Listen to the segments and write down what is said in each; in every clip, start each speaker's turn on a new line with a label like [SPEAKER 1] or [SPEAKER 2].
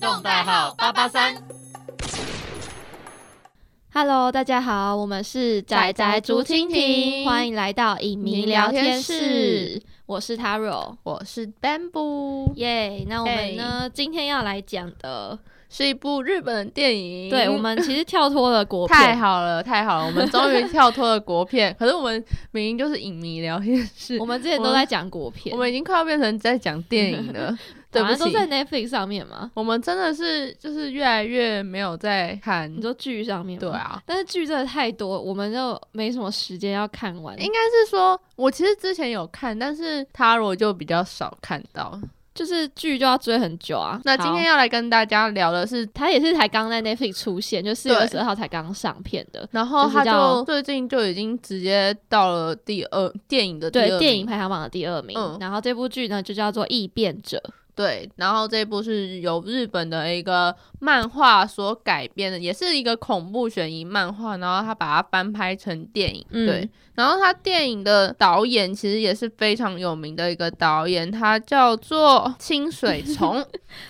[SPEAKER 1] 动代号八八三。
[SPEAKER 2] Hello，大家好，我们是
[SPEAKER 3] 宅宅竹蜻蜓
[SPEAKER 2] 欢迎来到影迷聊天室，我是 Taro，
[SPEAKER 3] 我是 Bamboo，
[SPEAKER 2] 耶哎那我们呢今天要来讲的，
[SPEAKER 3] 是一部日本的电影。
[SPEAKER 2] 对我们其实跳脱了国
[SPEAKER 3] 太
[SPEAKER 2] 片，
[SPEAKER 3] 好了，太好了，我们终于跳脱了国 片。可是我们明明就是影迷聊天室
[SPEAKER 2] 我，们之前都在讲国片，
[SPEAKER 3] 我们已经快要变成在讲电 影了。对不
[SPEAKER 2] 反正
[SPEAKER 3] 起
[SPEAKER 2] 都，在 Netflix 上面嘛，
[SPEAKER 3] 我们真的是就是越来越没有在看
[SPEAKER 2] 你。说剧上面，
[SPEAKER 3] 嗯对。啊，
[SPEAKER 2] 但是剧真的太多，我们就没什么时间要看完。
[SPEAKER 3] 应该是说，我其实之前有看，但是他我就比较少看到。
[SPEAKER 2] 就是剧就要追很久啊。
[SPEAKER 3] 那今天
[SPEAKER 2] 好
[SPEAKER 3] 要来跟大家聊的是，
[SPEAKER 2] 它也是才刚在 Netflix 出现，就四月
[SPEAKER 3] 对
[SPEAKER 2] 二十二号才刚上片的。
[SPEAKER 3] 然后
[SPEAKER 2] 就是
[SPEAKER 3] 他
[SPEAKER 2] 叫
[SPEAKER 3] 就最近就已经直接到了第二电影的第
[SPEAKER 2] 对
[SPEAKER 3] 二
[SPEAKER 2] 电
[SPEAKER 3] 名
[SPEAKER 2] 影排行榜的第二名。
[SPEAKER 3] 嗯
[SPEAKER 2] 然后这部剧呢就叫做《异变者》，
[SPEAKER 3] 对，然后这部是由日本的一个漫画所改编的，也是一个恐怖悬疑漫画，然后他把它翻拍成电影。
[SPEAKER 2] 嗯
[SPEAKER 3] 对，然后他电影的导演其实也是非常有名的一个导演，他叫做 清水崇。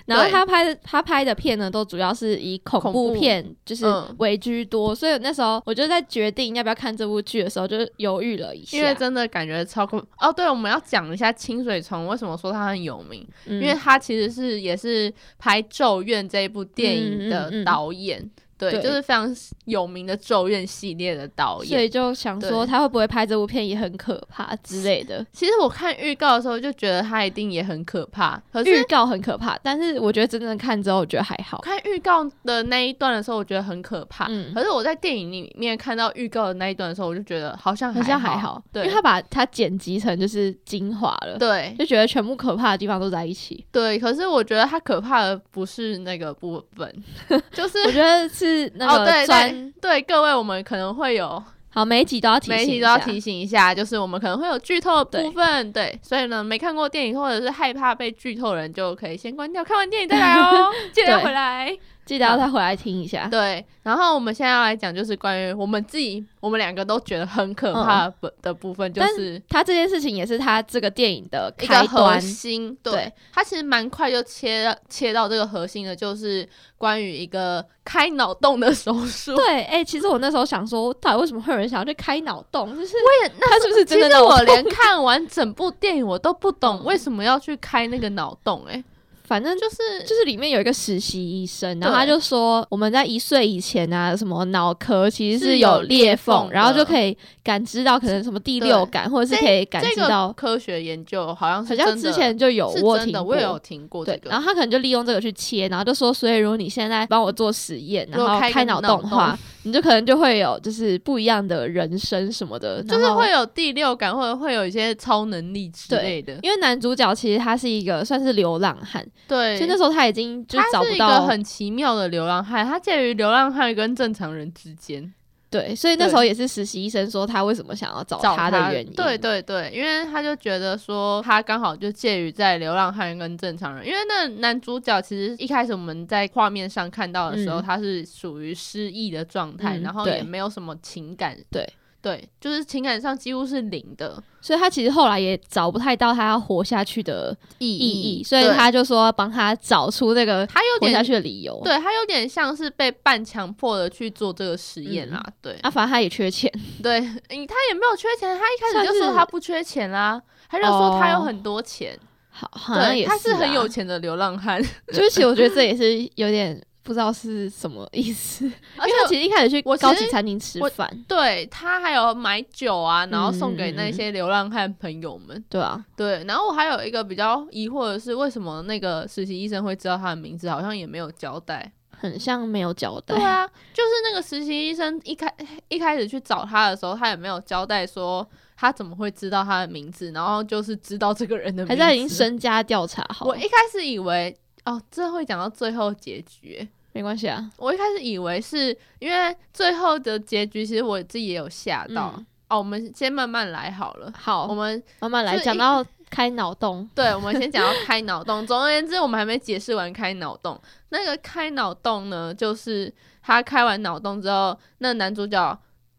[SPEAKER 2] 然后
[SPEAKER 3] 对
[SPEAKER 2] 他拍的他拍的片呢都主要是以恐
[SPEAKER 3] 恐
[SPEAKER 2] 怖
[SPEAKER 3] 怖
[SPEAKER 2] 片就是
[SPEAKER 3] 嗯
[SPEAKER 2] 为居多，所以那时候我就在决定要不要看这部剧的时候，就是啊犹豫了一下，
[SPEAKER 3] 因为真的感觉超恐哦，对，我们要讲一下清水崇为什么说他很有名，
[SPEAKER 2] 嗯
[SPEAKER 3] 因为他其实是也是拍《咒怨》这一部电
[SPEAKER 2] 嗯
[SPEAKER 3] 影
[SPEAKER 2] 嗯嗯
[SPEAKER 3] 的导演，对，
[SPEAKER 2] 对
[SPEAKER 3] 就是非常有名的《咒怨》系列的导演
[SPEAKER 2] 所。以就想说
[SPEAKER 3] 对
[SPEAKER 2] 他会不会拍这部片也很可怕之类的。
[SPEAKER 3] 其实我看预告的时候就觉得他一定也很可怕，可
[SPEAKER 2] 预
[SPEAKER 3] 是
[SPEAKER 2] 告很可怕，但是我觉得真正看之后，我觉得还好
[SPEAKER 3] 我。看预告的那一段的时候，我觉得很可怕。
[SPEAKER 2] 嗯
[SPEAKER 3] 可是我在电影里面看到预告的那一段的时候，我就觉得好像
[SPEAKER 2] 好像还好，
[SPEAKER 3] 对，
[SPEAKER 2] 因为他把它剪辑成就是精华了，
[SPEAKER 3] 对
[SPEAKER 2] 就觉得全部可怕的地方都在一 起。
[SPEAKER 3] 对。可是我觉得他可怕的不是那个部分， 就是
[SPEAKER 2] 我觉得是那
[SPEAKER 3] 哦，对
[SPEAKER 2] 个专、
[SPEAKER 3] 对对，各位我们可能会有
[SPEAKER 2] 好每一集都要提醒
[SPEAKER 3] 媒
[SPEAKER 2] 一
[SPEAKER 3] 体都要
[SPEAKER 2] 下
[SPEAKER 3] 提醒一下，就是我们可能会有剧透的部分，对，所以呢，没看过电影或者是害怕被剧透的人，就可以先关掉，看完电影再来 哦，记得
[SPEAKER 2] 对
[SPEAKER 3] 回来。
[SPEAKER 2] 记得要再回来听一下。
[SPEAKER 3] 对，然后我们现在要来讲，就是关于我们自己，我们两个都觉得很可怕的部的部分，就
[SPEAKER 2] 但
[SPEAKER 3] 是
[SPEAKER 2] 他这件事情也是他这个电影的
[SPEAKER 3] 一个
[SPEAKER 2] 开
[SPEAKER 3] 核
[SPEAKER 2] 端，
[SPEAKER 3] 心。对
[SPEAKER 2] 对，
[SPEAKER 3] 它其实蛮快就切到切到这个核心的，就是关于一个开脑洞的手术。
[SPEAKER 2] 对，哎、其实我那时候想说，到底为什么会有人想要去开脑洞？就是
[SPEAKER 3] 我也
[SPEAKER 2] 他是不是真的
[SPEAKER 3] 其实
[SPEAKER 2] 脑洞
[SPEAKER 3] 我连看完整部电影，我都不懂
[SPEAKER 2] 嗯
[SPEAKER 3] 为什么要去开那个脑洞、欸。
[SPEAKER 2] 反正就
[SPEAKER 3] 就是
[SPEAKER 2] 就是里面有一个实习医生，然后
[SPEAKER 3] 对
[SPEAKER 2] 他就说我们在一岁以前啊，什么脑壳其实
[SPEAKER 3] 是
[SPEAKER 2] 有
[SPEAKER 3] 有
[SPEAKER 2] 裂
[SPEAKER 3] 裂缝
[SPEAKER 2] 缝，
[SPEAKER 3] 的
[SPEAKER 2] 然后就可以感知到可能什么第六感，或者是可以感
[SPEAKER 3] 这
[SPEAKER 2] 知
[SPEAKER 3] 个
[SPEAKER 2] 到，
[SPEAKER 3] 科学研究好像
[SPEAKER 2] 好
[SPEAKER 3] 是真的
[SPEAKER 2] 像之前就有
[SPEAKER 3] 是
[SPEAKER 2] 我有
[SPEAKER 3] 真
[SPEAKER 2] 听
[SPEAKER 3] 的，
[SPEAKER 2] 过，
[SPEAKER 3] 我也有听过这
[SPEAKER 2] 对，
[SPEAKER 3] 个。
[SPEAKER 2] 然后他可能就利用这个去切，然后就说，所以如果你现在帮我做实验，然
[SPEAKER 3] 如果
[SPEAKER 2] 后
[SPEAKER 3] 开一个
[SPEAKER 2] 开脑洞的话
[SPEAKER 3] 脑，
[SPEAKER 2] 你就可能就会有就是不一样的人生什么的，
[SPEAKER 3] 就是
[SPEAKER 2] 然后
[SPEAKER 3] 会有第六感，或者会有一些超能力之
[SPEAKER 2] 对
[SPEAKER 3] 类的。
[SPEAKER 2] 因为男主角其实他是一个算是流浪汉，
[SPEAKER 3] 对，
[SPEAKER 2] 所以那时候他已经就找
[SPEAKER 3] 他是
[SPEAKER 2] 不
[SPEAKER 3] 一
[SPEAKER 2] 到
[SPEAKER 3] 个很奇妙的流浪汉，他介于流浪汉跟正常人之间，
[SPEAKER 2] 对，所以那时候也是实习医生说他为什么想要找
[SPEAKER 3] 找
[SPEAKER 2] 他哦的原因。
[SPEAKER 3] 对对对，因为他就觉得说他刚好就介于在流浪汉跟正常人，因为那男主角其实一开始我们在画面上看到的时候，
[SPEAKER 2] 嗯
[SPEAKER 3] 他是属于失忆的状态，
[SPEAKER 2] 嗯
[SPEAKER 3] 然后
[SPEAKER 2] 对
[SPEAKER 3] 也没有什么情感，
[SPEAKER 2] 对
[SPEAKER 3] 对，就是情感上几乎是零的
[SPEAKER 2] 所以他其实后来也找不太到他要活下去的
[SPEAKER 3] 意
[SPEAKER 2] 意义，所以他就说帮他找出那个
[SPEAKER 3] 他有
[SPEAKER 2] 活下
[SPEAKER 3] 点
[SPEAKER 2] 去的理由。
[SPEAKER 3] 对他有点像是被半强迫的去做这个实验啦，对
[SPEAKER 2] 啊，反正他也缺钱，
[SPEAKER 3] 对，嗯他也没有缺钱，他一开始就
[SPEAKER 2] 算
[SPEAKER 3] 说
[SPEAKER 2] 是
[SPEAKER 3] 他不缺钱啦，他就说他有
[SPEAKER 2] 哦
[SPEAKER 3] 很多钱，
[SPEAKER 2] 好，好像
[SPEAKER 3] 对，
[SPEAKER 2] 也
[SPEAKER 3] 他
[SPEAKER 2] 是
[SPEAKER 3] 是很
[SPEAKER 2] 啊
[SPEAKER 3] 有钱的流浪汉，
[SPEAKER 2] 就是其实我觉得这也是有点不知道是什么意 思，因
[SPEAKER 3] 而
[SPEAKER 2] 为他
[SPEAKER 3] 且
[SPEAKER 2] 其实一开始去
[SPEAKER 3] 我其
[SPEAKER 2] 高级
[SPEAKER 3] 实
[SPEAKER 2] 餐厅吃
[SPEAKER 3] 我
[SPEAKER 2] 饭，
[SPEAKER 3] 对他还有买酒啊，然后送给
[SPEAKER 2] 嗯嗯嗯
[SPEAKER 3] 那些流浪汉朋友们。
[SPEAKER 2] 对啊，
[SPEAKER 3] 对，然后我还有一个比较疑惑的是，为什么那个实习医生会知道他的名字？好像也没有交代。
[SPEAKER 2] 很像没有交代
[SPEAKER 3] 对。啊，就是那个实习医生一开一开始去找他的时候，他也没有交代说他怎么会知道他的名字，然后就是知道这个人的名
[SPEAKER 2] 还
[SPEAKER 3] 字。
[SPEAKER 2] 是他已经身家调查好
[SPEAKER 3] 我
[SPEAKER 2] 了，
[SPEAKER 3] 一开始以为哦，这会讲到最后结局欸。
[SPEAKER 2] 没关系啊。
[SPEAKER 3] 我一开始以为是因为最后的结局，其实我自己也有吓到。
[SPEAKER 2] 嗯
[SPEAKER 3] 哦，我们先慢慢来好了。我
[SPEAKER 2] 好，
[SPEAKER 3] 们
[SPEAKER 2] 慢慢来
[SPEAKER 3] 就是
[SPEAKER 2] 讲
[SPEAKER 3] 一
[SPEAKER 2] 到开脑洞，
[SPEAKER 3] 对，我们先讲到开脑洞。总而言之，我们还没解释完开脑洞。那个开脑洞呢，就是他开完脑洞之后，那男主角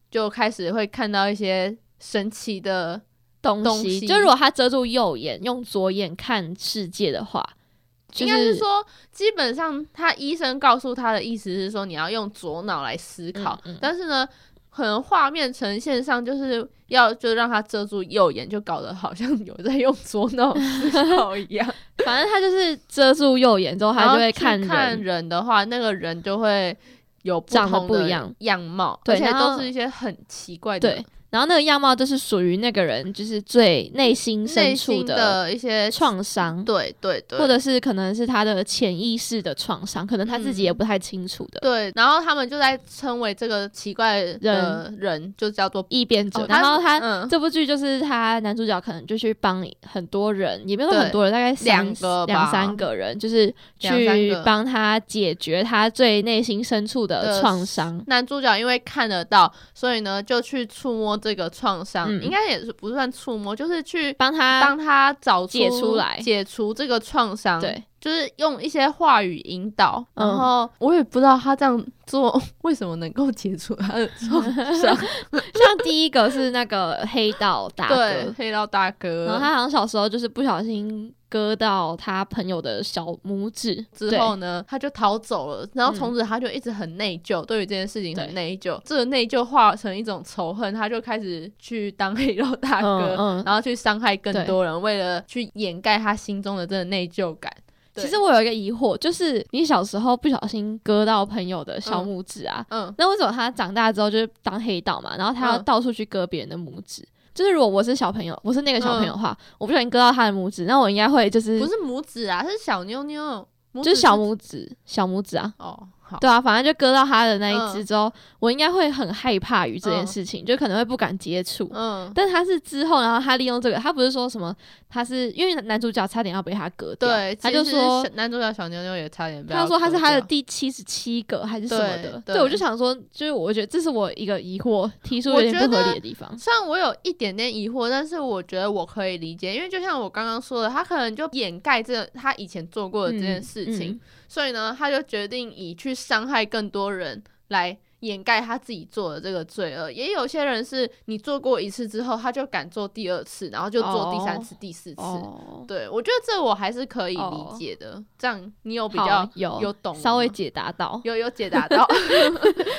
[SPEAKER 3] 就开始会看到一些神奇的
[SPEAKER 2] 东
[SPEAKER 3] 东
[SPEAKER 2] 西，
[SPEAKER 3] 西
[SPEAKER 2] 就如果他遮住右眼，用左眼看世界的话，就
[SPEAKER 3] 应该是说，基本上他医生告诉他的意思是说，你要用左脑来思考，
[SPEAKER 2] 嗯嗯
[SPEAKER 3] 但是呢，可能画面呈现上就是要就让他遮住右眼，就搞得好像有在用左脑思考一 样。
[SPEAKER 2] 反正他就是遮住右眼之后，
[SPEAKER 3] 然
[SPEAKER 2] 他
[SPEAKER 3] 后
[SPEAKER 2] 就会
[SPEAKER 3] 去
[SPEAKER 2] 看人，
[SPEAKER 3] 看人的话，那个人就会有
[SPEAKER 2] 长得
[SPEAKER 3] 同
[SPEAKER 2] 不
[SPEAKER 3] 的
[SPEAKER 2] 一样
[SPEAKER 3] 样貌，
[SPEAKER 2] 对
[SPEAKER 3] 而且
[SPEAKER 2] 然后
[SPEAKER 3] 都是一些很奇怪的
[SPEAKER 2] 对。然后那个样貌就是属于那个人就是最内心深
[SPEAKER 3] 内
[SPEAKER 2] 处
[SPEAKER 3] 心的一些，
[SPEAKER 2] 创伤，
[SPEAKER 3] 对对对，
[SPEAKER 2] 或者是可能是他的潜意识的创伤，可能他自己
[SPEAKER 3] 嗯
[SPEAKER 2] 也不太清楚的。
[SPEAKER 3] 对，然后他们就在称为这个奇怪的人，就叫做
[SPEAKER 2] 异变者，
[SPEAKER 3] 哦
[SPEAKER 2] 然后
[SPEAKER 3] 是
[SPEAKER 2] 他、
[SPEAKER 3] 嗯
[SPEAKER 2] 这部剧就是他男主角可能就去帮很多人，也没有说
[SPEAKER 3] 对
[SPEAKER 2] 很多人，大概三
[SPEAKER 3] 两个吧
[SPEAKER 2] 两三个人，就是
[SPEAKER 3] 两三
[SPEAKER 2] 去
[SPEAKER 3] 个
[SPEAKER 2] 帮他解决他最内心深处的
[SPEAKER 3] 的
[SPEAKER 2] 创伤。
[SPEAKER 3] 男主角，因为看得到，所以呢就去触摸这个创伤，
[SPEAKER 2] 嗯
[SPEAKER 3] 应该也是不算触摸，就是去
[SPEAKER 2] 帮他
[SPEAKER 3] 帮他找出
[SPEAKER 2] 解出来
[SPEAKER 3] 解除这个创伤，，
[SPEAKER 2] 对，
[SPEAKER 3] 就是用一些话语引导，
[SPEAKER 2] 嗯
[SPEAKER 3] 然后我也不知道他这样做 为什么能够解除他的创 伤，
[SPEAKER 2] 像第一个是那个黑道大
[SPEAKER 3] 对
[SPEAKER 2] 哥，，
[SPEAKER 3] 黑道大
[SPEAKER 2] 然后
[SPEAKER 3] 哥。
[SPEAKER 2] 他好像小时候就是不小心割到他朋友的小拇指
[SPEAKER 3] 之后呢，他就逃走了，然后从此他就一直很内疚，嗯对于这件事情
[SPEAKER 2] 对
[SPEAKER 3] 很内疚，这个内疚化成一种仇恨，他就开始去当黑道
[SPEAKER 2] 对
[SPEAKER 3] 大哥，
[SPEAKER 2] 嗯嗯。
[SPEAKER 3] 然后去伤害更多人，为了去掩盖他心中的这个内疚感。对
[SPEAKER 2] 其实，我有一个疑惑，就是你小时候不小心割到朋友的小拇指啊，
[SPEAKER 3] 嗯，
[SPEAKER 2] 那为什么他长大之后就是当黑道嘛，然后他要
[SPEAKER 3] 嗯
[SPEAKER 2] 到处去割别人的拇指？就是如果我是小朋友，我是那个小朋友的话，我不小心割到他的拇指，那我应该会就是
[SPEAKER 3] 嗯不是拇指啊，是小妞妞，拇
[SPEAKER 2] 嗯
[SPEAKER 3] 指
[SPEAKER 2] 就是小拇指小拇指啊，
[SPEAKER 3] 哦，好，
[SPEAKER 2] 对啊，反正就割到他的那一
[SPEAKER 3] 嗯
[SPEAKER 2] 只之后，我应该会很害怕于这件事情，就可能会不敢接触。
[SPEAKER 3] 嗯，
[SPEAKER 2] 但他是之后，然后他利用这个，他不是说什么，他是因为男主角差点要被他割掉，
[SPEAKER 3] 对，
[SPEAKER 2] 啊他就
[SPEAKER 3] 其实
[SPEAKER 2] 说
[SPEAKER 3] 小男主角小妞妞也差点被
[SPEAKER 2] 他说他是他的
[SPEAKER 3] 割掉
[SPEAKER 2] 第七十七个还是什么的，
[SPEAKER 3] 对
[SPEAKER 2] 对
[SPEAKER 3] 对
[SPEAKER 2] 我就想说，就是我觉得这是我一个疑惑，提出有
[SPEAKER 3] 我
[SPEAKER 2] 点
[SPEAKER 3] 觉
[SPEAKER 2] 不
[SPEAKER 3] 得
[SPEAKER 2] 合理的地方。
[SPEAKER 3] 虽然我有一点点疑惑，但是我觉得我可以理解，因为就像我刚刚说的，他可能就掩盖这个他以前做过的这件事情，
[SPEAKER 2] 嗯嗯
[SPEAKER 3] 所以呢，他就决定以去伤害更多人来掩盖他自己做的这个罪恶。也有些人是你做过一次之后，他就敢做第二次，然后就做第三次、第四次。
[SPEAKER 2] 哦，
[SPEAKER 3] 对，我觉得这我还是可以理解的。这样你有比较
[SPEAKER 2] 好有
[SPEAKER 3] 有懂
[SPEAKER 2] 稍微
[SPEAKER 3] 吗
[SPEAKER 2] 解答到，
[SPEAKER 3] 有有解 答到，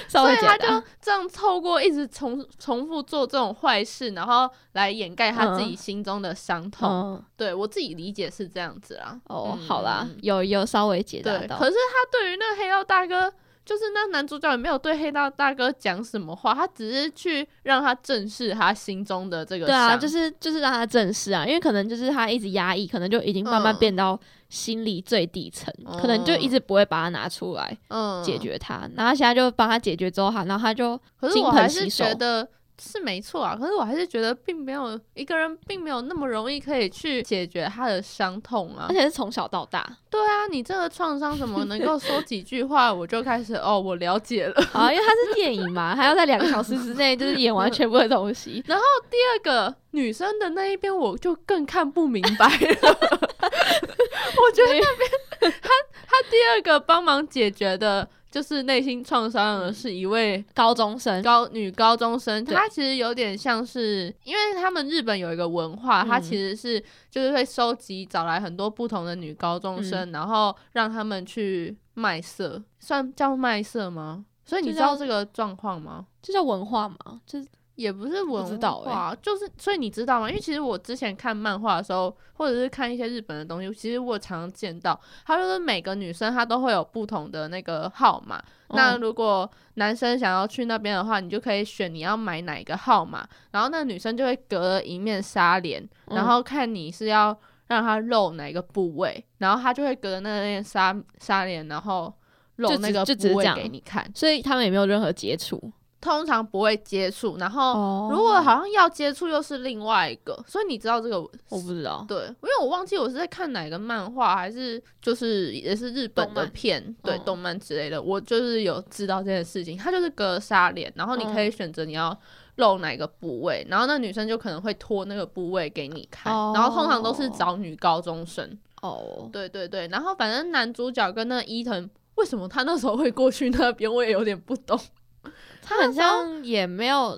[SPEAKER 2] 稍微解
[SPEAKER 3] 所以他
[SPEAKER 2] 答
[SPEAKER 3] 就。这样透过一直重重复做这种坏事，然后来掩盖他自己心中的伤痛。
[SPEAKER 2] 嗯，
[SPEAKER 3] 对我自己理解是这样子啦。
[SPEAKER 2] 哦，
[SPEAKER 3] 嗯
[SPEAKER 2] 好啦
[SPEAKER 3] 嗯，
[SPEAKER 2] 有有稍微解答
[SPEAKER 3] 对，
[SPEAKER 2] 到
[SPEAKER 3] 可，是他对于那黑道大哥，就是那男主角也没有对黑道大哥讲什么话，他只是去让他正视他心中的这个
[SPEAKER 2] 对啊，
[SPEAKER 3] 伤
[SPEAKER 2] 就是就是让他正视啊，因为可能就是他一直压抑，可能就已经慢慢
[SPEAKER 3] 嗯
[SPEAKER 2] 变到心理最底层，可能就一直不会把它拿出来
[SPEAKER 3] 嗯
[SPEAKER 2] 解。决它。然后现在就帮他解决之后，哈，然后他就
[SPEAKER 3] 可是
[SPEAKER 2] 金
[SPEAKER 3] 我
[SPEAKER 2] 盆
[SPEAKER 3] 还
[SPEAKER 2] 洗
[SPEAKER 3] 是
[SPEAKER 2] 手
[SPEAKER 3] 觉得。是没错啊，可是我还是觉得并没有一个人并没有那么容易可以去解决他的伤痛啊
[SPEAKER 2] 而。且是从小到大，
[SPEAKER 3] 对啊，你这个创伤怎么能够说几句话我就开始哦，我了解了。。
[SPEAKER 2] 啊，因为它是电影嘛，还要在两个小时之内就是演完全部的东西
[SPEAKER 3] 第二个女生的那一边我就更看不明白了， 我觉得那边他他第二个帮忙解决的就是内心创伤的是一位
[SPEAKER 2] 高中生，
[SPEAKER 3] 高女高中生，
[SPEAKER 2] 对
[SPEAKER 3] 她其实有点像是，因为他们日本有一个文化，
[SPEAKER 2] 嗯
[SPEAKER 3] 她其实是就是会收集找来很多不同的女高中生，
[SPEAKER 2] 嗯
[SPEAKER 3] 然后让他们去卖色，算叫卖色吗？所以你
[SPEAKER 2] 就
[SPEAKER 3] 知
[SPEAKER 2] 叫
[SPEAKER 3] 道这个状况吗？
[SPEAKER 2] 这叫文化嘛，就是
[SPEAKER 3] 也不是文化，
[SPEAKER 2] 知道
[SPEAKER 3] 就是所以你知道吗？因为其实我之前看漫画的时候，或者是看一些日本的东西，其实我常常见到，她就是每个女生她都会有不同的那个号码，那
[SPEAKER 2] 嗯
[SPEAKER 3] 如果男生想要去那边的话，你就可以选你要买哪一个号码，然后那女生就会隔了一面纱帘，
[SPEAKER 2] 嗯
[SPEAKER 3] 然后看你是要让她露哪一个部位，然后她就会隔着那面纱纱帘，然后露
[SPEAKER 2] 就
[SPEAKER 3] 那
[SPEAKER 2] 只
[SPEAKER 3] 个
[SPEAKER 2] 就只是这
[SPEAKER 3] 部位
[SPEAKER 2] 样
[SPEAKER 3] 给你看。
[SPEAKER 2] 所以他们也没有任何接触。
[SPEAKER 3] 通常不会接触，然后
[SPEAKER 2] 哦
[SPEAKER 3] 如果好像要接触又是另外一个，所以你知道这个
[SPEAKER 2] 我不知道，
[SPEAKER 3] 对，因为我忘记我是在看哪个漫画，还是就是也是日本
[SPEAKER 2] 动
[SPEAKER 3] 的
[SPEAKER 2] 漫
[SPEAKER 3] 片，对，
[SPEAKER 2] 嗯
[SPEAKER 3] 动漫之类的，我就是有知道这件事情。它就是割纱帘，然后你可以
[SPEAKER 2] 嗯
[SPEAKER 3] 选择你要露哪个部位，然后那女生就可能会脱那个部位给你看，然后通常都是
[SPEAKER 2] 哦
[SPEAKER 3] 找女高中生。
[SPEAKER 2] 哦，
[SPEAKER 3] 对对对，然后反正男主角跟那个伊藤，为什么他那时候会过去那边，我也有点不懂。
[SPEAKER 2] 他好像也没有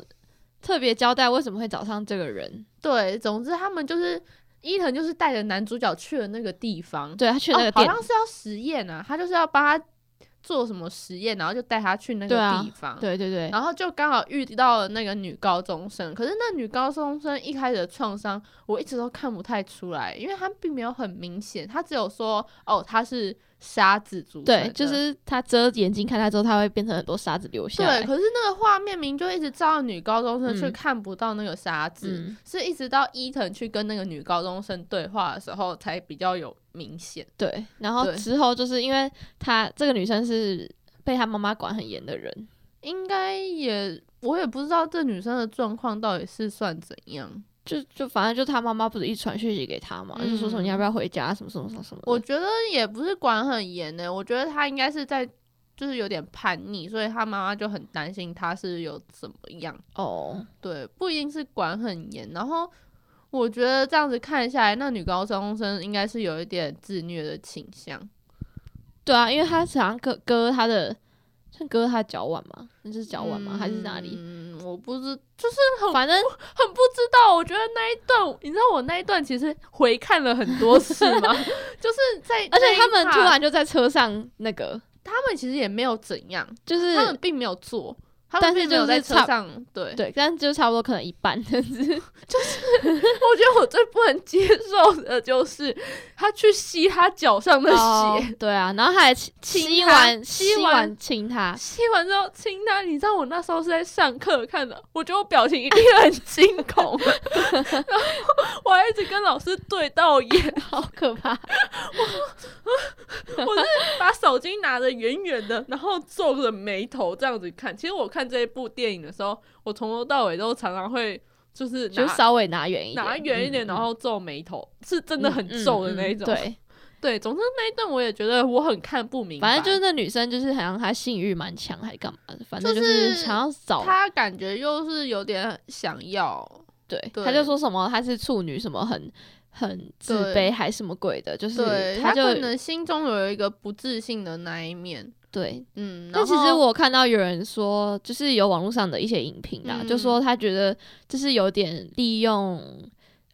[SPEAKER 2] 特别交代为什么会找上这个人。
[SPEAKER 3] 对，总之他们就是伊藤就是带着男主角去了那个地方，
[SPEAKER 2] 对他去那个
[SPEAKER 3] 哦、好
[SPEAKER 2] 店，
[SPEAKER 3] 像是要实验啊，他就是要帮他做什么实验，然后就带他去那个
[SPEAKER 2] 对啊
[SPEAKER 3] 地方，
[SPEAKER 2] 对对对，
[SPEAKER 3] 然后就刚好遇到了那个女高中生，可是那女高中生一开始的创伤，我一直都看不太出来，因为她并没有很明显，她只有说哦她是沙子组成
[SPEAKER 2] 对
[SPEAKER 3] 的，，
[SPEAKER 2] 就是他遮眼睛看他之后，他会变成很多沙子流下
[SPEAKER 3] 对。
[SPEAKER 2] 来。
[SPEAKER 3] 可是那个画面明就一直照到女高中生，却
[SPEAKER 2] 嗯
[SPEAKER 3] 看不到那个沙子，
[SPEAKER 2] 嗯，
[SPEAKER 3] 是一直到伊藤去跟那个女高中生对话的时候才比较有明显。
[SPEAKER 2] 对。然后
[SPEAKER 3] 对
[SPEAKER 2] 之后就是因为他这个女生是被他妈妈管很严的人，
[SPEAKER 3] 应该也我也不知道这女生的状况到底是算怎样。
[SPEAKER 2] 就就反正就他妈妈不是一传讯息给他嘛，就说什么
[SPEAKER 3] 嗯
[SPEAKER 2] 你要不要回家，什么什么什么什么的。
[SPEAKER 3] 我觉得也不是管很严的、我觉得她应该是在就是有点叛逆，所以她妈妈就很担心她是有怎么样。
[SPEAKER 2] 哦，
[SPEAKER 3] 对，不一定是管很严。然后我觉得这样子看下来，那女高中生应该是有一点自虐的倾向。
[SPEAKER 2] 对啊，因为他想要割割他的，像割他的脚腕嘛，那是脚腕吗？还是哪里？
[SPEAKER 3] 嗯，我不知，就是
[SPEAKER 2] 反正
[SPEAKER 3] 很不知道。我觉得那一段，你知道我那一段其实回看了很多次吗？ 就是在，
[SPEAKER 2] 而且他
[SPEAKER 3] 那一
[SPEAKER 2] 们
[SPEAKER 3] part，
[SPEAKER 2] 突然就在车上那个，
[SPEAKER 3] 他们其实也没有怎样，
[SPEAKER 2] 就是
[SPEAKER 3] 他们并没有做，他
[SPEAKER 2] 但
[SPEAKER 3] 们
[SPEAKER 2] 是
[SPEAKER 3] 并没有
[SPEAKER 2] 就是
[SPEAKER 3] 在车
[SPEAKER 2] 差
[SPEAKER 3] 上。对，
[SPEAKER 2] 对，但就差不多可能一半，但是
[SPEAKER 3] 我觉得我最不能接受的就是他去吸他脚上的血。
[SPEAKER 2] 对啊，然后他还亲
[SPEAKER 3] 亲
[SPEAKER 2] 吸
[SPEAKER 3] 他
[SPEAKER 2] 完
[SPEAKER 3] 吸
[SPEAKER 2] 吸
[SPEAKER 3] 完
[SPEAKER 2] 完亲 他，
[SPEAKER 3] 吸完之后亲他，你知道我那时候是在上课看的，我觉得我表情一定很惊恐， 然后我还一直跟老师对到眼，
[SPEAKER 2] 好可怕！
[SPEAKER 3] 把手机拿得远远的，然后皱着眉头这样子看。其实我看这一部电影的时候，我从头到尾都常常会就是
[SPEAKER 2] 就
[SPEAKER 3] 拿
[SPEAKER 2] 稍微拿远一点，
[SPEAKER 3] 拿远一点，
[SPEAKER 2] 嗯
[SPEAKER 3] 然后皱眉头，是真
[SPEAKER 2] 嗯
[SPEAKER 3] 的很
[SPEAKER 2] 嗯
[SPEAKER 3] 皱的
[SPEAKER 2] 嗯
[SPEAKER 3] 那一种。
[SPEAKER 2] 对，
[SPEAKER 3] 对，总之那一段我也觉得我很看不明白，
[SPEAKER 2] 反正就是那女生就是好像她性欲蛮强，还干嘛的？反正
[SPEAKER 3] 就
[SPEAKER 2] 就是
[SPEAKER 3] 是
[SPEAKER 2] 想要找，
[SPEAKER 3] 他感觉又是有点想要。
[SPEAKER 2] 对，
[SPEAKER 3] 对
[SPEAKER 2] 她就说什么她是处女，什么很很自
[SPEAKER 3] 对
[SPEAKER 2] 卑还什么鬼的，就是
[SPEAKER 3] 对
[SPEAKER 2] 她
[SPEAKER 3] 他
[SPEAKER 2] 就
[SPEAKER 3] 可能心中有一个不自信的那一面，
[SPEAKER 2] 对。
[SPEAKER 3] 嗯。
[SPEAKER 2] 但
[SPEAKER 3] 然
[SPEAKER 2] 其实
[SPEAKER 3] 后
[SPEAKER 2] 我看到有人说，就是有网络上的一些影评啦，
[SPEAKER 3] 嗯
[SPEAKER 2] 就说她觉得就是有点利用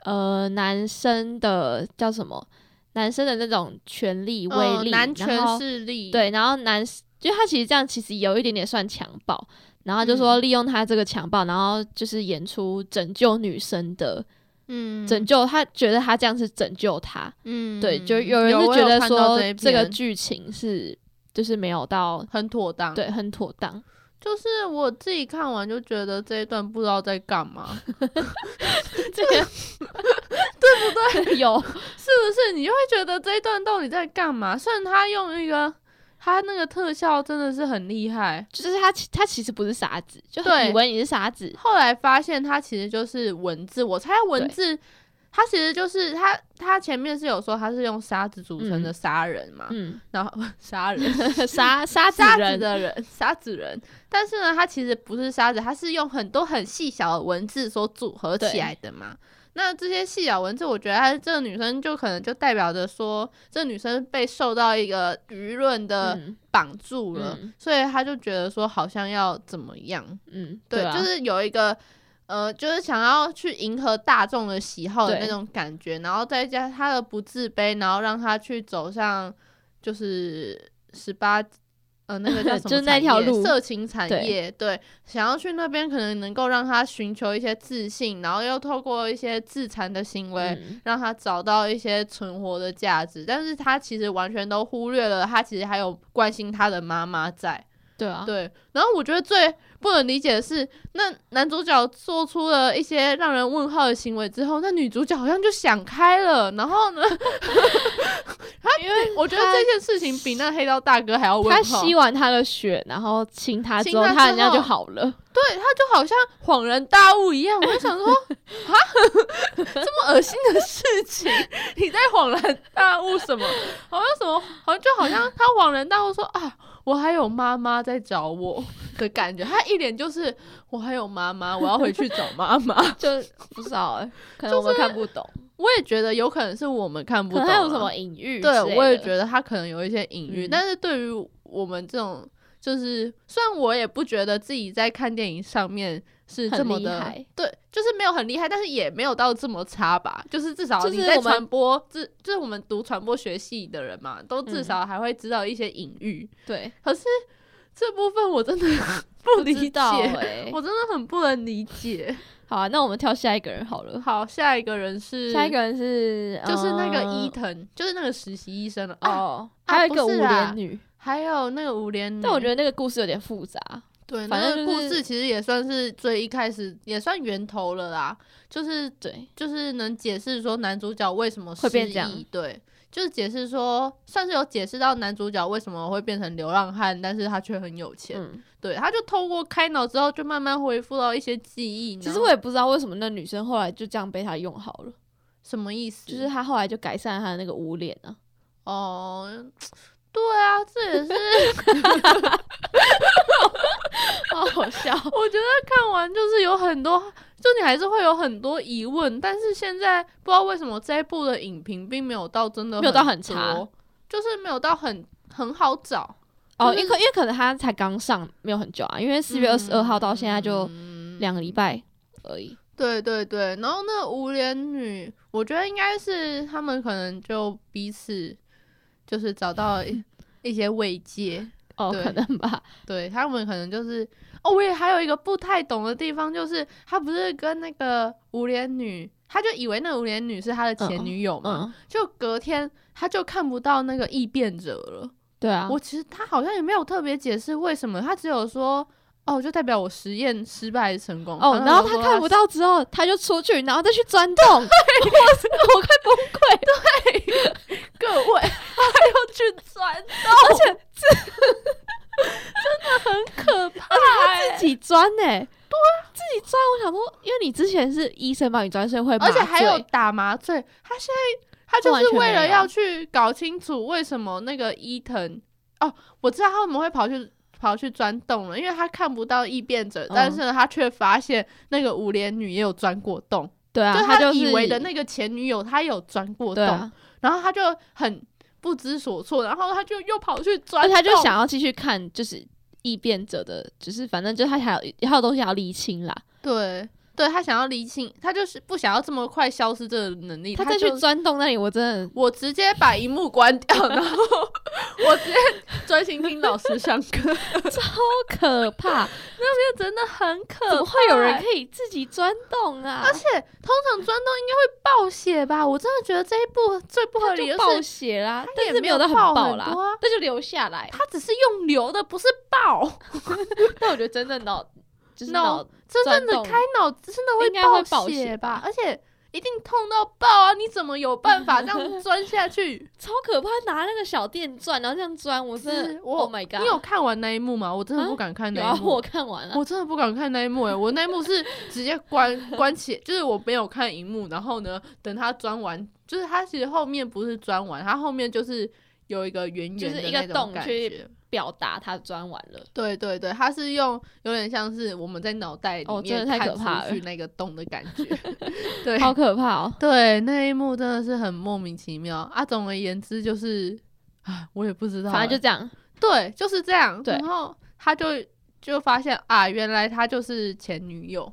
[SPEAKER 2] 呃男生的叫什么男生的那种权力威
[SPEAKER 3] 嗯
[SPEAKER 2] 力，
[SPEAKER 3] 男
[SPEAKER 2] 然后
[SPEAKER 3] 权势力，
[SPEAKER 2] 对，然后男，就他其实这样其实有一点点算强暴，然后就说
[SPEAKER 3] 嗯
[SPEAKER 2] 利用他这个强暴，然后就是演出拯救女生的、
[SPEAKER 3] 嗯，
[SPEAKER 2] 拯救，他觉得他这样是拯救她，
[SPEAKER 3] 嗯，
[SPEAKER 2] 对，就有
[SPEAKER 3] 有
[SPEAKER 2] 人是
[SPEAKER 3] 我
[SPEAKER 2] 觉得
[SPEAKER 3] 看到
[SPEAKER 2] 说
[SPEAKER 3] 这一
[SPEAKER 2] 这个
[SPEAKER 3] 篇
[SPEAKER 2] 剧情是就是没有到
[SPEAKER 3] 很妥当，，
[SPEAKER 2] 对很妥 当，
[SPEAKER 3] 就是我自己看完就觉得这一段不知道在干嘛，
[SPEAKER 2] 这个对不对？ 有
[SPEAKER 3] 是不是？你就会觉得这一段到底在干嘛？虽然他用一个他那个特效真的是很厉害，
[SPEAKER 2] 就是他其他其实不是傻子，就
[SPEAKER 3] 对
[SPEAKER 2] 以为你是傻 子，
[SPEAKER 3] 后来发现它其实就是文字，我猜文字，它其实就是它，它前面是有说它是用沙子组成的杀人嘛，
[SPEAKER 2] 嗯，
[SPEAKER 3] 然后 杀人
[SPEAKER 2] 傻傻子
[SPEAKER 3] 啊沙子
[SPEAKER 2] 人，
[SPEAKER 3] 的人沙子人，但是呢，它其实不是沙子，它是用很多很细小的文字所组合起来的嘛。那这些细小文字，我觉得她这个女生就可能就代表着说，这女生被受到一个舆论的
[SPEAKER 2] 嗯
[SPEAKER 3] 绑住了，
[SPEAKER 2] 嗯
[SPEAKER 3] 所以她就觉得说好像要怎么样，
[SPEAKER 2] 嗯，
[SPEAKER 3] 对，
[SPEAKER 2] 啊
[SPEAKER 3] 就是有一个呃，就是想要去迎合大众的喜好的
[SPEAKER 2] 对
[SPEAKER 3] 那种感觉，然后再加他的不自卑，然后让他去走上就是十八。呃，那个叫什么产业？
[SPEAKER 2] 就是那条路
[SPEAKER 3] 色情产
[SPEAKER 2] 对
[SPEAKER 3] 业，对，想要去那边，可能能够让他寻求一些自信，然后又透过一些自残的行为，
[SPEAKER 2] 嗯
[SPEAKER 3] 让他找到一些存活的价值。但是他其实完全都忽略了，他其实还有关心他的妈妈在。
[SPEAKER 2] 对啊，
[SPEAKER 3] 对，然后我觉得最不能理解的是，那男主角做出了一些让人问号的行为之后，那女主角好像就想开了，然后呢， 他因为我觉得
[SPEAKER 2] 他
[SPEAKER 3] 这件事情比那黑道大哥还要 问
[SPEAKER 2] 他
[SPEAKER 3] 号，
[SPEAKER 2] 吸完他的血，然后亲他之后，
[SPEAKER 3] 亲他之后
[SPEAKER 2] 他人家就好 了。
[SPEAKER 3] 对，他就好像恍然大悟一 样，我就想说啊， 这么恶心的事情，你在恍然大悟什么？好像什么，好像就好像他恍然大悟说啊，我还有妈妈在找我的感觉，他一脸就是我还有妈妈，我要回去找妈 妈。
[SPEAKER 2] 就不知道、欸，可嗯能我们看不懂，
[SPEAKER 3] 我也觉得有可能是我们看不
[SPEAKER 2] 可
[SPEAKER 3] 懂
[SPEAKER 2] 能
[SPEAKER 3] 啊，
[SPEAKER 2] 他有什么隐喻之类的。
[SPEAKER 3] 对，我也觉得他可能有一些隐喻，
[SPEAKER 2] 嗯
[SPEAKER 3] 但是对于我们这种，就是虽然我也不觉得自己在看电影上面是
[SPEAKER 2] 很
[SPEAKER 3] 这么
[SPEAKER 2] 厉
[SPEAKER 3] 的
[SPEAKER 2] 害，
[SPEAKER 3] 对，就是没有很厉害，但是也没有到这么差吧。就是至少
[SPEAKER 2] 就是
[SPEAKER 3] 你在
[SPEAKER 2] 我们
[SPEAKER 3] 传播，至就是我们读传播学系的人嘛，都至
[SPEAKER 2] 嗯
[SPEAKER 3] 少还会知道一些隐喻。
[SPEAKER 2] 对，
[SPEAKER 3] 可是这部分我真的 不欸理
[SPEAKER 2] 知
[SPEAKER 3] 解，
[SPEAKER 2] 道哎、
[SPEAKER 3] 我真的很不能理解。
[SPEAKER 2] 好啊，那我们跳下一个人好了。
[SPEAKER 3] 好，下一个人是
[SPEAKER 2] 下一个人是
[SPEAKER 3] 就是那个伊
[SPEAKER 2] 嗯
[SPEAKER 3] 藤，就是那个实习医生了。哦，
[SPEAKER 2] 哦，
[SPEAKER 3] 啊嗯
[SPEAKER 2] 还有一个
[SPEAKER 3] 不
[SPEAKER 2] 五
[SPEAKER 3] 是啦
[SPEAKER 2] 连女，
[SPEAKER 3] 还有那个五连女，
[SPEAKER 2] 但我觉得那个故事有点复杂。
[SPEAKER 3] 对，
[SPEAKER 2] 反
[SPEAKER 3] 那
[SPEAKER 2] 正就
[SPEAKER 3] 个故
[SPEAKER 2] 是
[SPEAKER 3] 事其实也算是最一开始，也算源头了啦。就是
[SPEAKER 2] 对，
[SPEAKER 3] 就是能解释说男主角为什么
[SPEAKER 2] 会变
[SPEAKER 3] 失
[SPEAKER 2] 这样
[SPEAKER 3] 忆对，就是解释说算是有解释到男主角为什么会变成流浪汉，但是他却很有钱。
[SPEAKER 2] 嗯，
[SPEAKER 3] 对，他就透过开脑之后，就慢慢恢复到一些记忆。
[SPEAKER 2] 其
[SPEAKER 3] 然
[SPEAKER 2] 实
[SPEAKER 3] 后
[SPEAKER 2] 我也不知道为什么那女生后来就这样被他用好了，
[SPEAKER 3] 什么意思？
[SPEAKER 2] 就是她后来就改善她的那个捂脸啊。
[SPEAKER 3] 哦，对啊，这也是
[SPEAKER 2] 好好笑，
[SPEAKER 3] 我觉得看完就是有很多，就你还是会有很多疑问，但是现在不知道为什么这一部的影评并没有到真的
[SPEAKER 2] 没有到
[SPEAKER 3] 很
[SPEAKER 2] 很差
[SPEAKER 3] 多，就是没有到很很好找。
[SPEAKER 2] 哦，
[SPEAKER 3] 就是
[SPEAKER 2] 因为因为可能他才刚上没有很久啊，因为四月二十二号到现在就
[SPEAKER 3] 嗯
[SPEAKER 2] 两个礼拜而已。
[SPEAKER 3] 对对对，然后那无脸女，我觉得应该是他们可能就彼此就是找到一一些慰藉，
[SPEAKER 2] 哦，
[SPEAKER 3] 对
[SPEAKER 2] 可能吧。
[SPEAKER 3] 对他们可能就是哦，我也还有一个不太懂的地方，就是他不是跟那个无脸女，他就以为那无脸女是他的前女友嘛，
[SPEAKER 2] 嗯，
[SPEAKER 3] 就隔天他就看不到那个异变者了。
[SPEAKER 2] 对啊，
[SPEAKER 3] 我其实他好像也没有特别解释为什么，他只有说哦，就代表我实验失败成功
[SPEAKER 2] 哦，然后
[SPEAKER 3] 他哦
[SPEAKER 2] 他看不到之后，他就出去，然后再去钻 洞，我我快崩溃了。
[SPEAKER 3] 各位，
[SPEAKER 2] 又去钻洞，而且这真的很可怕，
[SPEAKER 3] 欸
[SPEAKER 2] 而且他自己钻呢、对啊，自己钻。我想说，因为你之前是医生帮你钻，所以会麻
[SPEAKER 3] 而
[SPEAKER 2] 醉，
[SPEAKER 3] 且还有打麻醉，他现在他就
[SPEAKER 2] 完
[SPEAKER 3] 是
[SPEAKER 2] 全
[SPEAKER 3] 为
[SPEAKER 2] 没
[SPEAKER 3] 了
[SPEAKER 2] 有
[SPEAKER 3] 要去搞清楚为什么那个伊藤哦，我知道他们会跑去跑去钻洞了，因为他看不到异变者，
[SPEAKER 2] 嗯
[SPEAKER 3] 但是呢，他却发现那个五连女也有钻过洞，
[SPEAKER 2] 对啊，
[SPEAKER 3] 就
[SPEAKER 2] 他就是
[SPEAKER 3] 以为的那个前女友，她有钻过
[SPEAKER 2] 对
[SPEAKER 3] 洞，
[SPEAKER 2] 啊，
[SPEAKER 3] 然后他就很不知所措，然后他就又跑去钻
[SPEAKER 2] 而
[SPEAKER 3] 洞，
[SPEAKER 2] 且他就想要继续看，就是异变者的，就是反正就是他还有还有东西要厘清啦。
[SPEAKER 3] 对。对他想要厘清，他就是不想要这么快消失这个能力。
[SPEAKER 2] 他
[SPEAKER 3] 他
[SPEAKER 2] 再去
[SPEAKER 3] 就
[SPEAKER 2] 钻洞那里，我真的
[SPEAKER 3] 我直接把荧幕关掉，然后我直接专心听老师上课，
[SPEAKER 2] 好可 怕，
[SPEAKER 3] 真的很可
[SPEAKER 2] 怎么会有人
[SPEAKER 3] 怕
[SPEAKER 2] 可以自己钻洞啊？
[SPEAKER 3] 而且通常钻洞应该会爆血吧？我真的觉得这一部最不合
[SPEAKER 2] 他
[SPEAKER 3] 理
[SPEAKER 2] 就
[SPEAKER 3] 的
[SPEAKER 2] 爆
[SPEAKER 3] 是，
[SPEAKER 2] 血啦，
[SPEAKER 3] 他
[SPEAKER 2] 但
[SPEAKER 3] 也
[SPEAKER 2] 是
[SPEAKER 3] 没
[SPEAKER 2] 没
[SPEAKER 3] 有
[SPEAKER 2] 到很
[SPEAKER 3] 爆
[SPEAKER 2] 爆
[SPEAKER 3] 很
[SPEAKER 2] 啦
[SPEAKER 3] 多啊，
[SPEAKER 2] 那就留下来。
[SPEAKER 3] 他只是用流的，不是爆。
[SPEAKER 2] 但我觉得真的脑就是
[SPEAKER 3] 脑
[SPEAKER 2] 脑
[SPEAKER 3] 真正
[SPEAKER 2] 钻
[SPEAKER 3] 的
[SPEAKER 2] 洞
[SPEAKER 3] 开脑真的
[SPEAKER 2] 应该会
[SPEAKER 3] 爆
[SPEAKER 2] 爆
[SPEAKER 3] 血
[SPEAKER 2] 血
[SPEAKER 3] 吧
[SPEAKER 2] 吧？
[SPEAKER 3] 而且一定痛到爆啊！你怎么有办法这 样钻下去？
[SPEAKER 2] 超可怕，拿那个小电钻，然后这样钻，我真
[SPEAKER 3] 是
[SPEAKER 2] 的
[SPEAKER 3] 我
[SPEAKER 2] Oh my God！
[SPEAKER 3] 你有看完那一幕吗？我真的
[SPEAKER 2] 啊
[SPEAKER 3] 不敢看
[SPEAKER 2] 有
[SPEAKER 3] 那
[SPEAKER 2] 啊
[SPEAKER 3] 一？幕
[SPEAKER 2] 我。看完了，
[SPEAKER 3] 我真的不敢看那一幕哎、我那一幕是直接关关起，就是我没有看荧幕，然后呢，等他钻完，就是他其实后面不是钻完，他后面就是有一个圆
[SPEAKER 2] 就
[SPEAKER 3] 圆
[SPEAKER 2] 是
[SPEAKER 3] 的
[SPEAKER 2] 一个
[SPEAKER 3] 那种
[SPEAKER 2] 洞
[SPEAKER 3] 感
[SPEAKER 2] 去
[SPEAKER 3] 觉。
[SPEAKER 2] 表达他钻完了。
[SPEAKER 3] 对对对，他是用有点像是我们在脑袋里
[SPEAKER 2] 哦真的
[SPEAKER 3] 面
[SPEAKER 2] 太
[SPEAKER 3] 看
[SPEAKER 2] 可怕
[SPEAKER 3] 出去
[SPEAKER 2] 了
[SPEAKER 3] 那个洞的感觉。 对
[SPEAKER 2] 好可怕哦！
[SPEAKER 3] 对，那一幕真的是很莫名其妙啊。总而言之就是，唉，我也不知道欸，
[SPEAKER 2] 反正就这样，
[SPEAKER 3] 对，就是这样。
[SPEAKER 2] 对
[SPEAKER 3] 然后他就就发现啊，原来他就是前女友。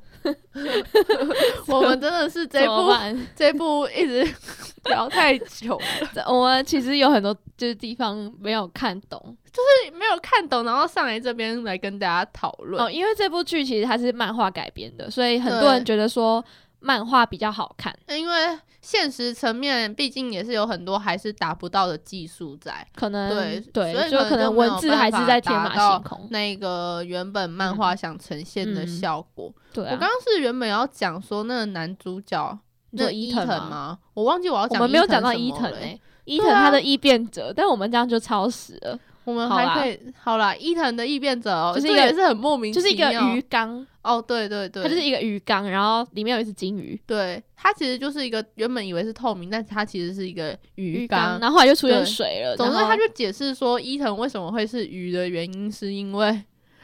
[SPEAKER 3] 我们真的是这
[SPEAKER 2] 怎么
[SPEAKER 3] 部
[SPEAKER 2] 办？
[SPEAKER 3] 这部一直 聊太久了，
[SPEAKER 2] 这我们其实有很多就是地方没有看懂
[SPEAKER 3] 对没有看懂，然后上来这边来跟大家讨论。
[SPEAKER 2] 哦，因为这部剧其实它是漫画改编的，所以很多人觉得说漫画比较好看，
[SPEAKER 3] 因为现实层面，毕竟也是有很多还是达不到的技术在
[SPEAKER 2] 可能
[SPEAKER 3] 对所以
[SPEAKER 2] 就
[SPEAKER 3] 可能
[SPEAKER 2] 可
[SPEAKER 3] 就
[SPEAKER 2] 能
[SPEAKER 3] 没有
[SPEAKER 2] 文字还是在天
[SPEAKER 3] 办
[SPEAKER 2] 马
[SPEAKER 3] 法达到
[SPEAKER 2] 行空。
[SPEAKER 3] 那个原本漫画想呈现的
[SPEAKER 2] 嗯
[SPEAKER 3] 效果。
[SPEAKER 2] 对
[SPEAKER 3] 我
[SPEAKER 2] 啊，
[SPEAKER 3] 刚刚是原本要讲说那个男主角，
[SPEAKER 2] 你
[SPEAKER 3] 那
[SPEAKER 2] 说
[SPEAKER 3] 伊
[SPEAKER 2] 伊藤吗
[SPEAKER 3] 吗？我忘记我要
[SPEAKER 2] 我
[SPEAKER 3] 讲，
[SPEAKER 2] 们没有讲到伊
[SPEAKER 3] 伊
[SPEAKER 2] 藤欸诶、
[SPEAKER 3] 藤什么了，
[SPEAKER 2] 伊
[SPEAKER 3] 对
[SPEAKER 2] 藤
[SPEAKER 3] 啊
[SPEAKER 2] 他的异变者，但我们这样就超时了，
[SPEAKER 3] 我们
[SPEAKER 2] 好
[SPEAKER 3] 还
[SPEAKER 2] 啦
[SPEAKER 3] 可以好啦，伊藤的异变者哦，
[SPEAKER 2] 就是
[SPEAKER 3] 这
[SPEAKER 2] 一个
[SPEAKER 3] 也是很莫名其
[SPEAKER 2] 就是一
[SPEAKER 3] 妙，
[SPEAKER 2] 个鱼缸，
[SPEAKER 3] 哦，对对对，
[SPEAKER 2] 它就是一个鱼缸，然后里面有一只金鱼，
[SPEAKER 3] 对它其实就是一个原本以为是透明，但它其实是一个鱼
[SPEAKER 2] 鱼
[SPEAKER 3] 缸。
[SPEAKER 2] 然后后来就出
[SPEAKER 3] 对
[SPEAKER 2] 现水了，
[SPEAKER 3] 总之，
[SPEAKER 2] 然后
[SPEAKER 3] 他就解释说伊藤为什么会是鱼的原因，是因为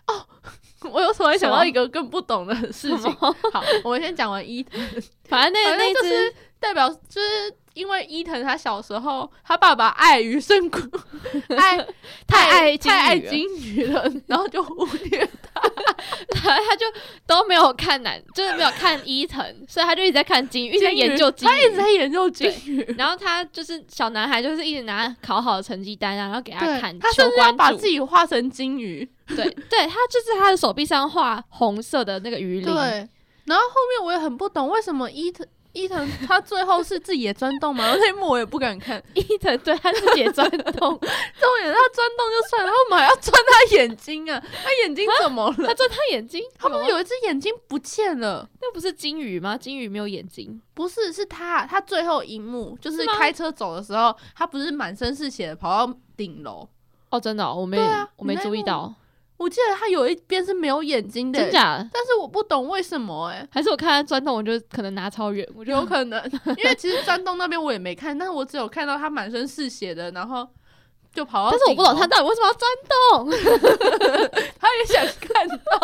[SPEAKER 3] 哦， 我又突然想到一个更不懂的事
[SPEAKER 2] 什
[SPEAKER 3] 情。
[SPEAKER 2] 么，
[SPEAKER 3] 好，我们先讲完伊藤。
[SPEAKER 2] 反正 那
[SPEAKER 3] 反正
[SPEAKER 2] 那
[SPEAKER 3] 就
[SPEAKER 2] 只
[SPEAKER 3] 是代表，就是因为伊藤他小时候，他爸爸爱 于胜谷，爱
[SPEAKER 2] 太爱金鱼
[SPEAKER 3] 太爱
[SPEAKER 2] 了
[SPEAKER 3] 金鱼了，然后就忽略他，
[SPEAKER 2] 然后他就都没有看男，就是没有看伊藤，所以他就一直在看金鱼，一直在研究金
[SPEAKER 3] 他一直
[SPEAKER 2] 鱼。
[SPEAKER 3] 在研究金鱼，
[SPEAKER 2] 然后他就是小男孩，就是一直拿考好的成绩单啊，然后给他
[SPEAKER 3] 对
[SPEAKER 2] 看，
[SPEAKER 3] 他
[SPEAKER 2] 求
[SPEAKER 3] 甚至要
[SPEAKER 2] 关
[SPEAKER 3] 把
[SPEAKER 2] 注。
[SPEAKER 3] 自己画成金鱼。
[SPEAKER 2] 对对，他就是他的手臂上画红色的那个鱼鳞，
[SPEAKER 3] 对，然后后面我也很不懂为什么伊藤伊 藤他最后是自己也钻洞嘛，那一幕我也不敢看。
[SPEAKER 2] 伊藤对他自己也钻洞，
[SPEAKER 3] 重点是他钻洞就算了，他们还要钻他眼睛啊！他眼睛怎么了？
[SPEAKER 2] 他钻他眼睛， 哦
[SPEAKER 3] 他们有一只眼睛不见了，
[SPEAKER 2] 那不是金鱼吗？金鱼没有眼睛，
[SPEAKER 3] 不是，是他他最后一幕就是
[SPEAKER 2] 是吗
[SPEAKER 3] 开车走的时候，他不是满身是血的跑到顶楼。
[SPEAKER 2] 哦，真的哦、我没、
[SPEAKER 3] 对啊
[SPEAKER 2] 我没
[SPEAKER 3] 你那一
[SPEAKER 2] 注意
[SPEAKER 3] 幕
[SPEAKER 2] 到，
[SPEAKER 3] 我记得他有一边是没有眼睛的，欸
[SPEAKER 2] 真假的？
[SPEAKER 3] 但是我不懂为什么哎、
[SPEAKER 2] 还是我看他钻洞，我就可能拿超远，我就
[SPEAKER 3] 有可 能，因为其实山洞那边我也没看，但是我只有看到他满身是血的，然后就跑到
[SPEAKER 2] 但
[SPEAKER 3] 顶楼。
[SPEAKER 2] 是我不懂他到底为什么要钻洞。
[SPEAKER 3] 他也想看到，然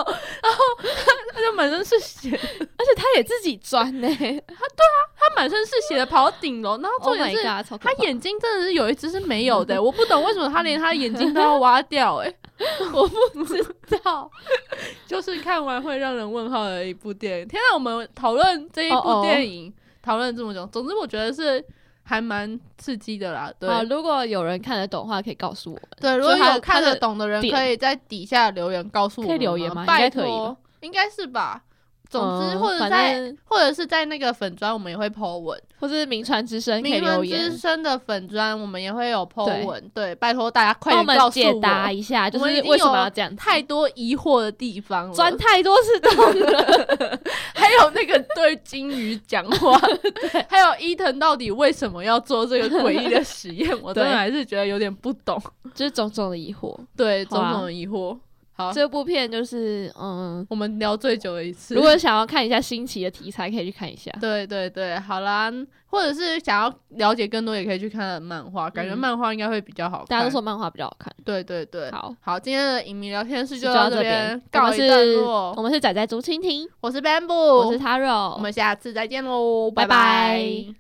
[SPEAKER 3] 后他他就满身是血，
[SPEAKER 2] 而 且他也自己钻 呢、
[SPEAKER 3] 他满身是血的跑到顶楼，然后
[SPEAKER 2] Oh
[SPEAKER 3] 重点
[SPEAKER 2] my
[SPEAKER 3] 是
[SPEAKER 2] god，超可
[SPEAKER 3] 他
[SPEAKER 2] 怕！
[SPEAKER 3] 眼睛真的是有一只是没有的、我不懂为什么他连他的眼睛都要挖掉、欸，
[SPEAKER 2] 知 道
[SPEAKER 3] 就是看完会让人问号的一部电影。天啊，我们讨论这一
[SPEAKER 2] 哦
[SPEAKER 3] 部
[SPEAKER 2] 哦
[SPEAKER 3] 电影讨论这么久，总之我觉得是还蛮刺激的啦。对，
[SPEAKER 2] 好，如果有人看得懂的话，可以告诉我们。
[SPEAKER 3] 对，如
[SPEAKER 2] 所
[SPEAKER 3] 果
[SPEAKER 2] 以他
[SPEAKER 3] 有看
[SPEAKER 2] 他的
[SPEAKER 3] 得懂的人，
[SPEAKER 2] 点
[SPEAKER 3] 可以在底下留言告诉我
[SPEAKER 2] 可以
[SPEAKER 3] 们
[SPEAKER 2] 留言吗应
[SPEAKER 3] 拜
[SPEAKER 2] 该可以
[SPEAKER 3] 托
[SPEAKER 2] 吧，
[SPEAKER 3] 应该是吧。总之，
[SPEAKER 2] 嗯
[SPEAKER 3] 或者
[SPEAKER 2] 反
[SPEAKER 3] 在
[SPEAKER 2] 正
[SPEAKER 3] 或者是在那个粉砖，我们也会 Po 文。
[SPEAKER 2] 或是名传之声可以
[SPEAKER 3] 名
[SPEAKER 2] 留
[SPEAKER 3] 人之
[SPEAKER 2] 言，
[SPEAKER 3] 声的哦粉砖，我们也会有 Po
[SPEAKER 2] 对
[SPEAKER 3] 文。对，拜托大家快
[SPEAKER 2] 帮我
[SPEAKER 3] 点
[SPEAKER 2] 们
[SPEAKER 3] 告诉
[SPEAKER 2] 解
[SPEAKER 3] 我，
[SPEAKER 2] 答一下，就
[SPEAKER 3] 我们已
[SPEAKER 2] 是
[SPEAKER 3] 经
[SPEAKER 2] 为什么
[SPEAKER 3] 有
[SPEAKER 2] 要这样子
[SPEAKER 3] 太多疑惑的地方了
[SPEAKER 2] 钻太多次洞了。
[SPEAKER 3] 还有那个对金鱼讲 话，还有伊藤到底为什么要做这个诡异的实验，我真的
[SPEAKER 2] 对啊
[SPEAKER 3] 还是觉得有点不懂。
[SPEAKER 2] 就是种种的疑惑。
[SPEAKER 3] 对，种
[SPEAKER 2] 好啊
[SPEAKER 3] 种的疑惑。好，
[SPEAKER 2] 这部片就是嗯，
[SPEAKER 3] 我们聊最久的一次。
[SPEAKER 2] 如果想要看一下新奇的题材，可以去看一下。
[SPEAKER 3] 对对对，好啦，或者是想要了解更多，也可以去看他的漫画，感觉
[SPEAKER 2] 嗯
[SPEAKER 3] 漫画应该会比较好看。
[SPEAKER 2] 大家都说漫画比较好看。
[SPEAKER 3] 对对对。
[SPEAKER 2] 好，
[SPEAKER 3] 好，今天的影迷聊天室
[SPEAKER 2] 就
[SPEAKER 3] 到
[SPEAKER 2] 到这
[SPEAKER 3] 边
[SPEAKER 2] 边，
[SPEAKER 3] 告
[SPEAKER 2] 我
[SPEAKER 3] 一
[SPEAKER 2] 们
[SPEAKER 3] 段
[SPEAKER 2] 是
[SPEAKER 3] 落。哦
[SPEAKER 2] 我们是仔仔竹蜻蜓，
[SPEAKER 3] 我是 Bamboo，
[SPEAKER 2] 我是
[SPEAKER 3] 我
[SPEAKER 2] Taro，
[SPEAKER 3] 们下次再见喽，
[SPEAKER 2] 拜
[SPEAKER 3] 拜
[SPEAKER 2] 拜